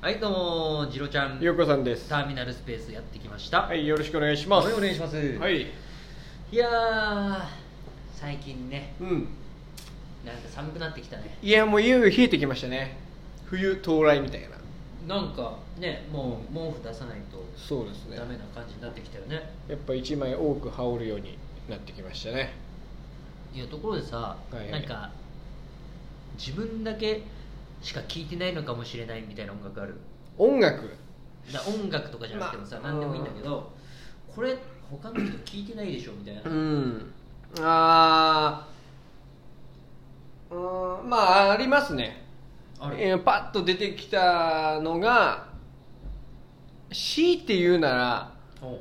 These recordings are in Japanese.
はいどうもジロちゃんゆうこさんですターミナルスペースやってきましたはいよろしくお願いしますはいお願いしますはいいやー最近ねうんなんか寒くなってきたねいやもういよいよ冷えてきましたね冬到来みたいななんかねもう毛布出さないとそうですねダメな感じになってきたよねやっぱ一枚多く羽織るようになってきましたねいやところでさ、いはいなんか自分だけしか聴いてないのかもしれないみたいな音楽ある音楽だ音楽とかじゃなくてもさ、まあ何でもいいんだけどこれ他の人聴いてないでしょみたいな、うんあーうーんまあありますねあるえーパッと出てきたのが強いて言うならおう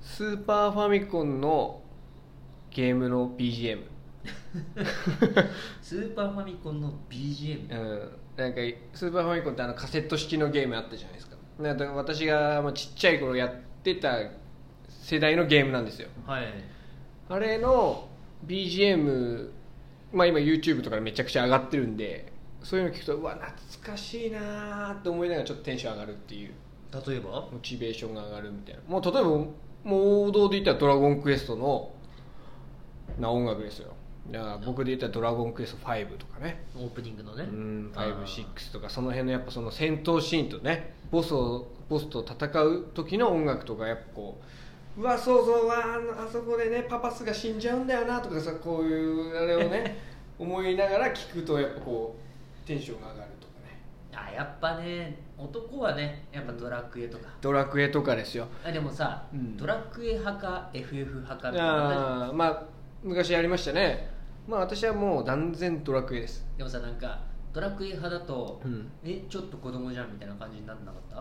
スーパーファミコンのゲームの BGM スーパーファミコンの BGM うん、なんかスーパーファミコンってあのカセット式のゲームあったじゃないですかなんか私がまあちっちゃい頃やってた世代のゲームなんですよはいあれの BGM、まあ、今 YouTube とかでめちゃくちゃ上がってるんでそういうの聞くとうわ懐かしいなーと思いながらちょっとテンション上がるっていう例えばモチベーションが上がるみたいなもう例えばもう王道で言ったら「ドラゴンクエストの」な音楽ですよだから僕で言ったら「ドラゴンクエスト5」とかねオープニングのねうんあー56とかその辺のやっぱその戦闘シーンとねボスをボスと戦う時の音楽とかやっぱこううわそうそううわあのあそこでねパパスが死んじゃうんだよなとかさこういうあれを ね思いながら聞くとやっぱこうテンションが上がるとかねあやっぱね男はねやっぱドラクエとか、ドラクエとかですよあでもさ、うんドラクエ派か FF 派かみたいなあーまあ昔やりましたねまあ私はもう断然ドラクエですでもさなんかドラクエ派だと、うんえちょっと子供じゃんみたいな感じにならなかった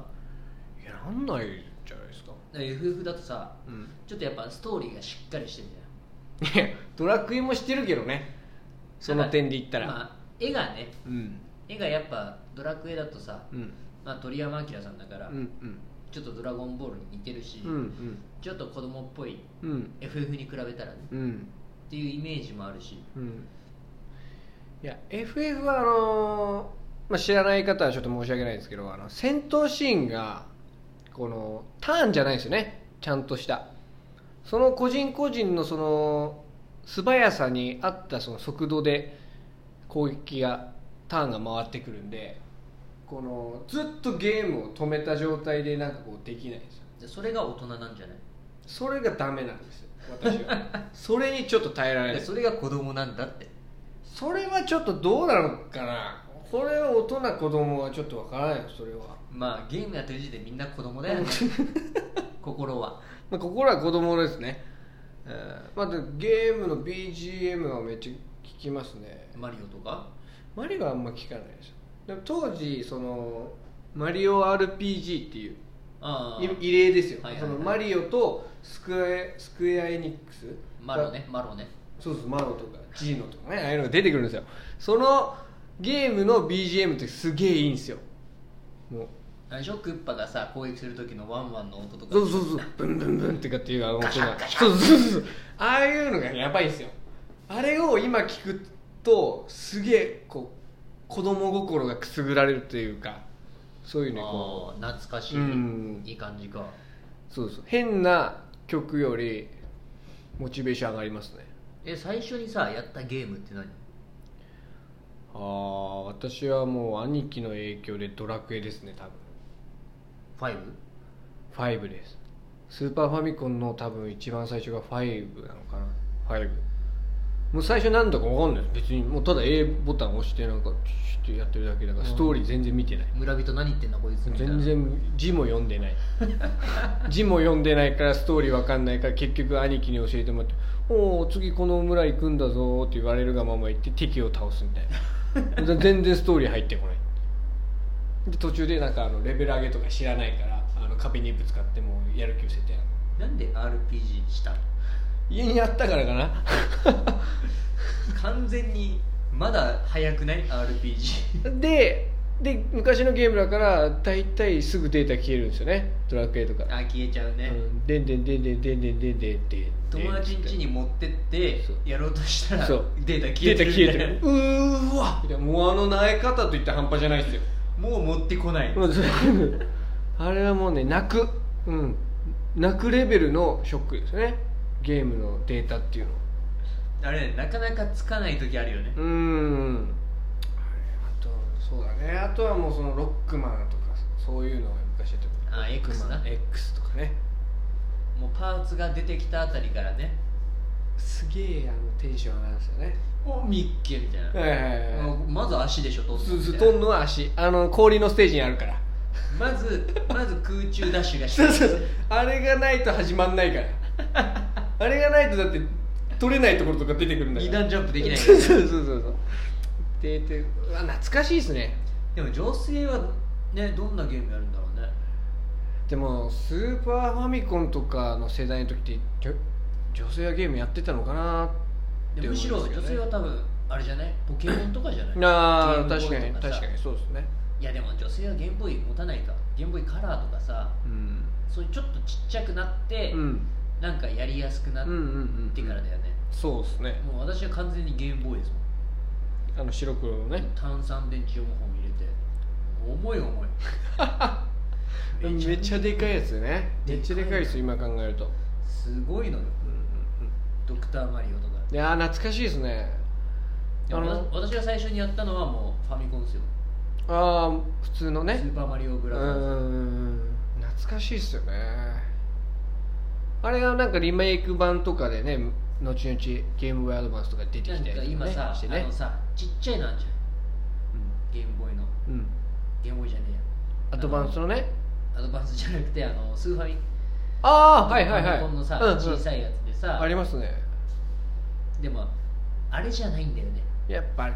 いやなんないじゃないですかで FF だとさうんちょっとやっぱストーリーがしっかりしてるじいやドラクエもしてるけどねゃそんの点で言ったら、まあ、絵がねうん絵がやっぱドラクエだとさ、うんまあ、鳥山明さんだから、うんうんちょっと「ドラゴンボール」に似てるし、うんちょっと子供っぽいうん FF に比べたらねうんっていうイメージもあるしうんいや FF はあのーまあ、知らない方はちょっと申し訳ないですけどあの戦闘シーンがこのターンじゃないですよねちゃんとしたその個人個人のその素早さに合ったその速度で攻撃がターンが回ってくるんでこのずっとゲームを止めた状態でなんかこうできないんですよでそれが大人なんじゃないそれがダメなんですよ私 はそれにちょっと耐えられでないそれが子供なんだってそれはちょっとどうなのかなこれは大人子供はちょっとわからないよそれは、まあゲームやってる時点でみんな子供 だよね心はまあ、心は子供ですね、うんまあ、でゲームの BGM はめっちゃ聞きますねマリオとかマリオはあんま聞かないですでも当時そのマリオ RPG っていうああい異例ですよ、はいはいはいそのマリオとスクエスクエア・エニックスマロねマロねそうそうマロとかジーノとかねああいうのが出てくるんですよそのゲームの BGM ってすげえいいんですよもうあれでしょクッパがさ攻撃する時のワンワンの音とかそうそうそうブンブンブンってかっていうあの音ガシャンがガシャそうそうそうそうああいうのがやばいんですよあれを今聞くとすげえこう子供心がくすぐられるというかそういうねこああ懐かしい、うんいい感じかうそうそう変な曲よりモチベーション上がりますねえ最初にさやったゲームって何ああ私はもう兄貴の影響でドラクエですね多分 5? 5ですスーパーファミコンの多分一番最初が5なのかな5もう最初何だか分かんないです別にもうただ A ボタン押してなんかシュッてやってるだけだからうんストーリー全然見てない村人何言ってんだこいつみたいな全然字も読んでない字も読んでないからストーリー分かんないから結局兄貴に教えてもらって「おお次この村行くんだぞ」って言われるがまま行って敵を倒すみたいな全然ストーリー入ってこないで途中でなんかあのレベル上げとか知らないからあの壁にぶつかってもうやる気をせてやるなんで RPG に したの家にあったからかな完全にまだ早くない RPG でで昔のゲームだから大体すぐデータ消えるんですよねドラクエとか、あ消えちゃうね、うん、でんでんでんでんでんでんでんでんでんでん友達ん家に持ってってそうやろうとしたらそうデータ消デえてータる消えてみたいるなうーわもうあの苗え方といったら半端じゃないですよ もう持ってこない、もう全部 あれはもうね泣くうん泣くレベルのショックですねゲームのデータっていうのはあれねなかなかつかない時あるよねうーんあとそうだねあとはもうそのロックマンとかそういうのが昔やってたあ X なロックマン X とかねもうパーツが出てきたあたりからねすげえあのテンション上がるんですよねおミッケみたいな、はいはいはいもうまず足でしょ飛んだずみたいずなとんの足あの氷のステージにあるからまずまず空中ダッシュがそうそうしそうてあれがないと始まんないからあれがないとだって取れないところとか出てくるんだか二ら段ジャンプできないかそらうそうそうそうででうわ懐かしいですねでも上水はねどんなゲームやるんだろうねでもスーパーファミコンとかの世代の時ってぎょ女性はゲームやってたのかなってで思むしろ女性は多分あれじゃないポケモンとかじゃないああーゲーム確ボかーイにとさ確かにそうですねいやでも女性はゲームボーイ持たないかゲームボーイカラーとかさうん、そういうちょっとちっちゃくなって、うん、なんかやりやすくなうんうんうんってからだよね、そうですねもう私は完全にゲームボーイですもんあの白黒のね炭酸電池4本入れて重い重い めっちゃでかいやつねめっちゃでかいです今考えるとすごいのよドクターマリオとかいやー懐かしいですねいやあのわた私が最初にやったのはもうファミコンですよああ普通のスねーパーマリオブうラザーズん懐かしいっすよねあれがなんかリメイク版とかでね後々ゲームボーイアドバンスとか出てきたなりんとかか、ね、今さ、してあねのさちっちゃいのあんじゃんゲームボーイのうん、うんゲームボーイじゃねアドバンスのねえやアドバンスじゃなくてあのスーファミああーはいはいはいファミコンのさ、うんうん小さいやつでさありますねでもあれじゃないんだよねやっぱり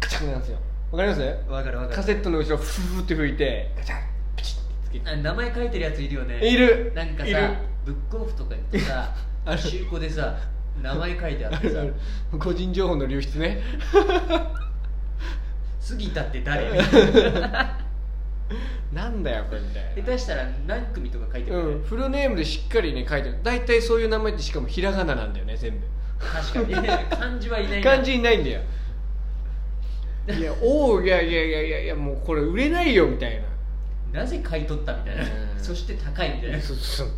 カチャンなんですよわかりますわかるわカセットの後ろフーって吹いてガチャンピチッってつけてあ名前書いてるやついるよねいるなんかいるさブックオフとか行ってさ ある中古でさ名前書いてあってさ個人情報の流出ね「杉田って誰?」 みたいななんだよこれみた下手いなしたら何組とか書いてくうる、ん、フルネームでしっかりね書いてある大体そういう名前ってしかもひらがななんだよね全部確かに 漢字はいないな漢字にないんだよいやおおいやいやいやいやいやもうこれ売れないよみたいななぜ買い取ったみたいなうんそして高いみたいなそうそう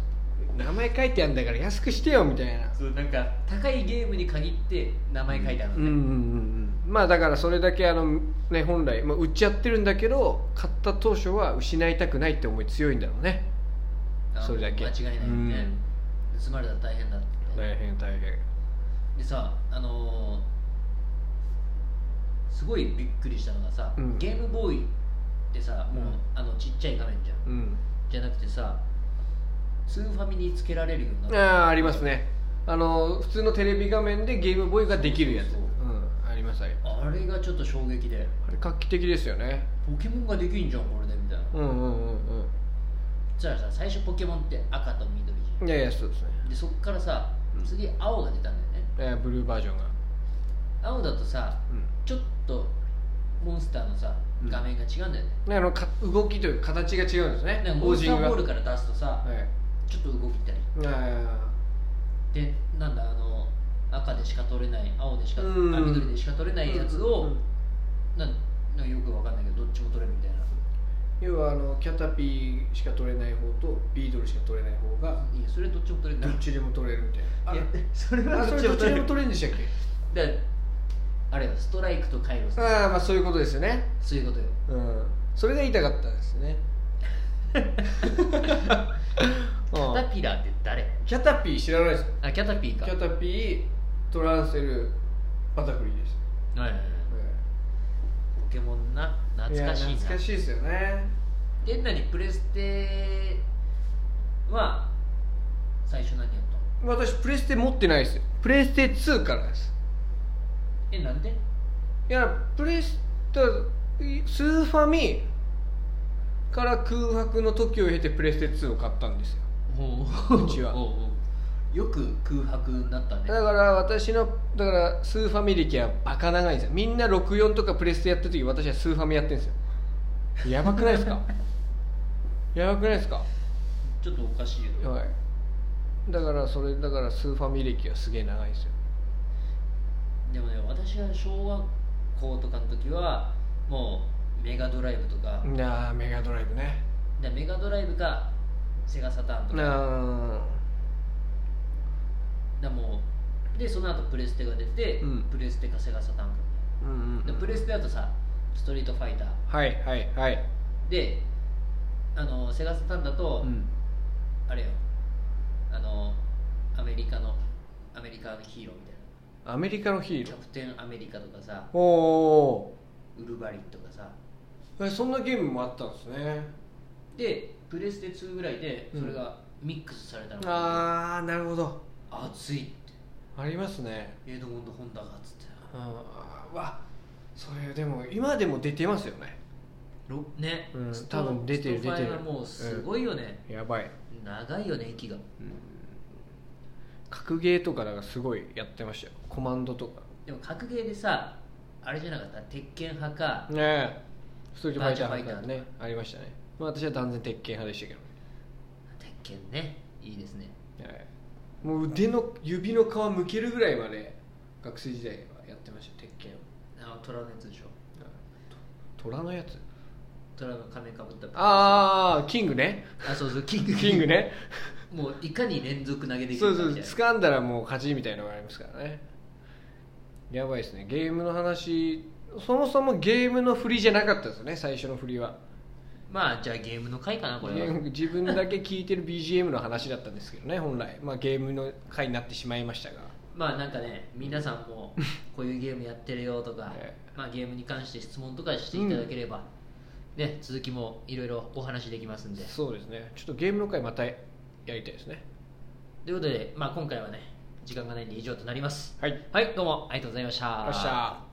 名前書いてあるんだから安くしてよみたいなそうなんか高いゲームに限って名前書いてあるうのんうんね、うんうんまあだからそれだけあの、ね、本来、まあ、売っちゃってるんだけど買った当初は失いたくないって思い強いんだろうねあそれだけ間違いないよね、盗まれたら大変だってうん、大変大変でさあのーすごいびっくりしたのがさ、うんゲームボーイってさもう、うんあのちっちゃい画面じゃんうんじゃなくてさスーファミにつけられるようになあったあありますねあの普通のテレビ画面でゲームボーイができるやつそうそううん、ありますありますあれがちょっと衝撃であれ画期的ですよねポケモンができんじゃんこれでみたいなうんうんうんそしたらさ最初ポケモンって赤と緑じうんいやいやそうですね、ゃんでそっからさうん次青が出たんだよねえーブルーバージョンが青だとさちょっとモンスターのさうん画面が違うんだよね、うんあのか動きというか形が違うんですねなんかモンスターボールポから出すとさージングがはいちょっと動きたりあでなんだあの赤でしか取れない青でしかあうん緑でしか取れないやつうをんなんなんかよくわかんないけどどっちも取れるみたいな要はあのキャタピーしか取れない方とビードルしか取れない方がいやそれどっちも取れるどんだっちでも取れる みたいないやそれあはそどっれちどもっち取でれもる取れるんでしたっけだからあれよストライクとカイロス ああまあそういうことですよねそういうことようんそれが言いたかったですねキャタピラーって誰キャタピー知らないですあキャタピーキかャタピートランセルバタフリーです、はいはいはいポケモンな懐かしいやな懐かしいですよねで何プレステは最初何やったの私プレステ持ってないですよプレステ2からですえなんでいやプレスだスーファミから空白の時を経てプレステ2を買ったんですようちはおうおうよく空白になったねだから私のだからスーファミ歴はバカ長いんですよみんな64とかプレステやってる時私はスーファミやってるんですよやばくないです かやばくないですかちょっとおかしいけどはいだからそれだからスーファミ歴はすげえ長いですよでもね私が小学校とかの時はもうメガドライブとか,、いやーメガドライブねでメガドライブかセガサターンとかあでもうでその後プレステが出て、うんプレステかセガサターンかーうんうん、うでん、プレステだとさストリートファイターはいはいはいであのセガサターンだと、うんあれよあのアメリカのアメリカのヒーローみたいなアメリカのヒーキロャプテンアメリカとかさーおウルヴァリンとかさーえそんなゲームもあったんですねでプレステ2ぐらいでそれがミックスされたのが、ああなるほど熱いってありますねエドモンド・ホンダがっつってうんあーわそれでも今でも出てますよねろね、うんスト多分出てるストファイ出てはるもうすごいよね、やばい長いよね息が格ゲーとかだからすごいやってましたよコマンドとかでも格ゲーでさあれじゃなかった鉄拳派かねえストリートファイターバーチャファイター派ねありましたね、まあ、私は断然鉄拳派でしたけどね鉄拳ねいいですねええもう腕の指の皮むけるぐらいまで学生時代はやってましたよ鉄拳をあの虎のやつでしょ虎のやつ虎の仮面かぶったああキングねあそうそうキングキングねもういかに連続投げできそうるそかうみたいな掴んだらもう勝ちみたいなのがありますからねやばいですねゲームの話そもそもゲームの振りじゃなかったですね最初の振りはまあじゃあゲームの回かなこれゲはーム自分だけ聞いてる BGM の話だったんですけどね本来、まあ、ゲームの回になってしまいましたがまあなんかね皆さんもこういうゲームやってるよ とか、えまあ、ゲームに関して質問とかしていただければ、ね続きもいろいろお話できますんでそうですねちょっとゲームの回またやりたいですねということで、まあ、今回はね時間がないんで以上となりますはいありはいどうもありがとうございましたがとうございました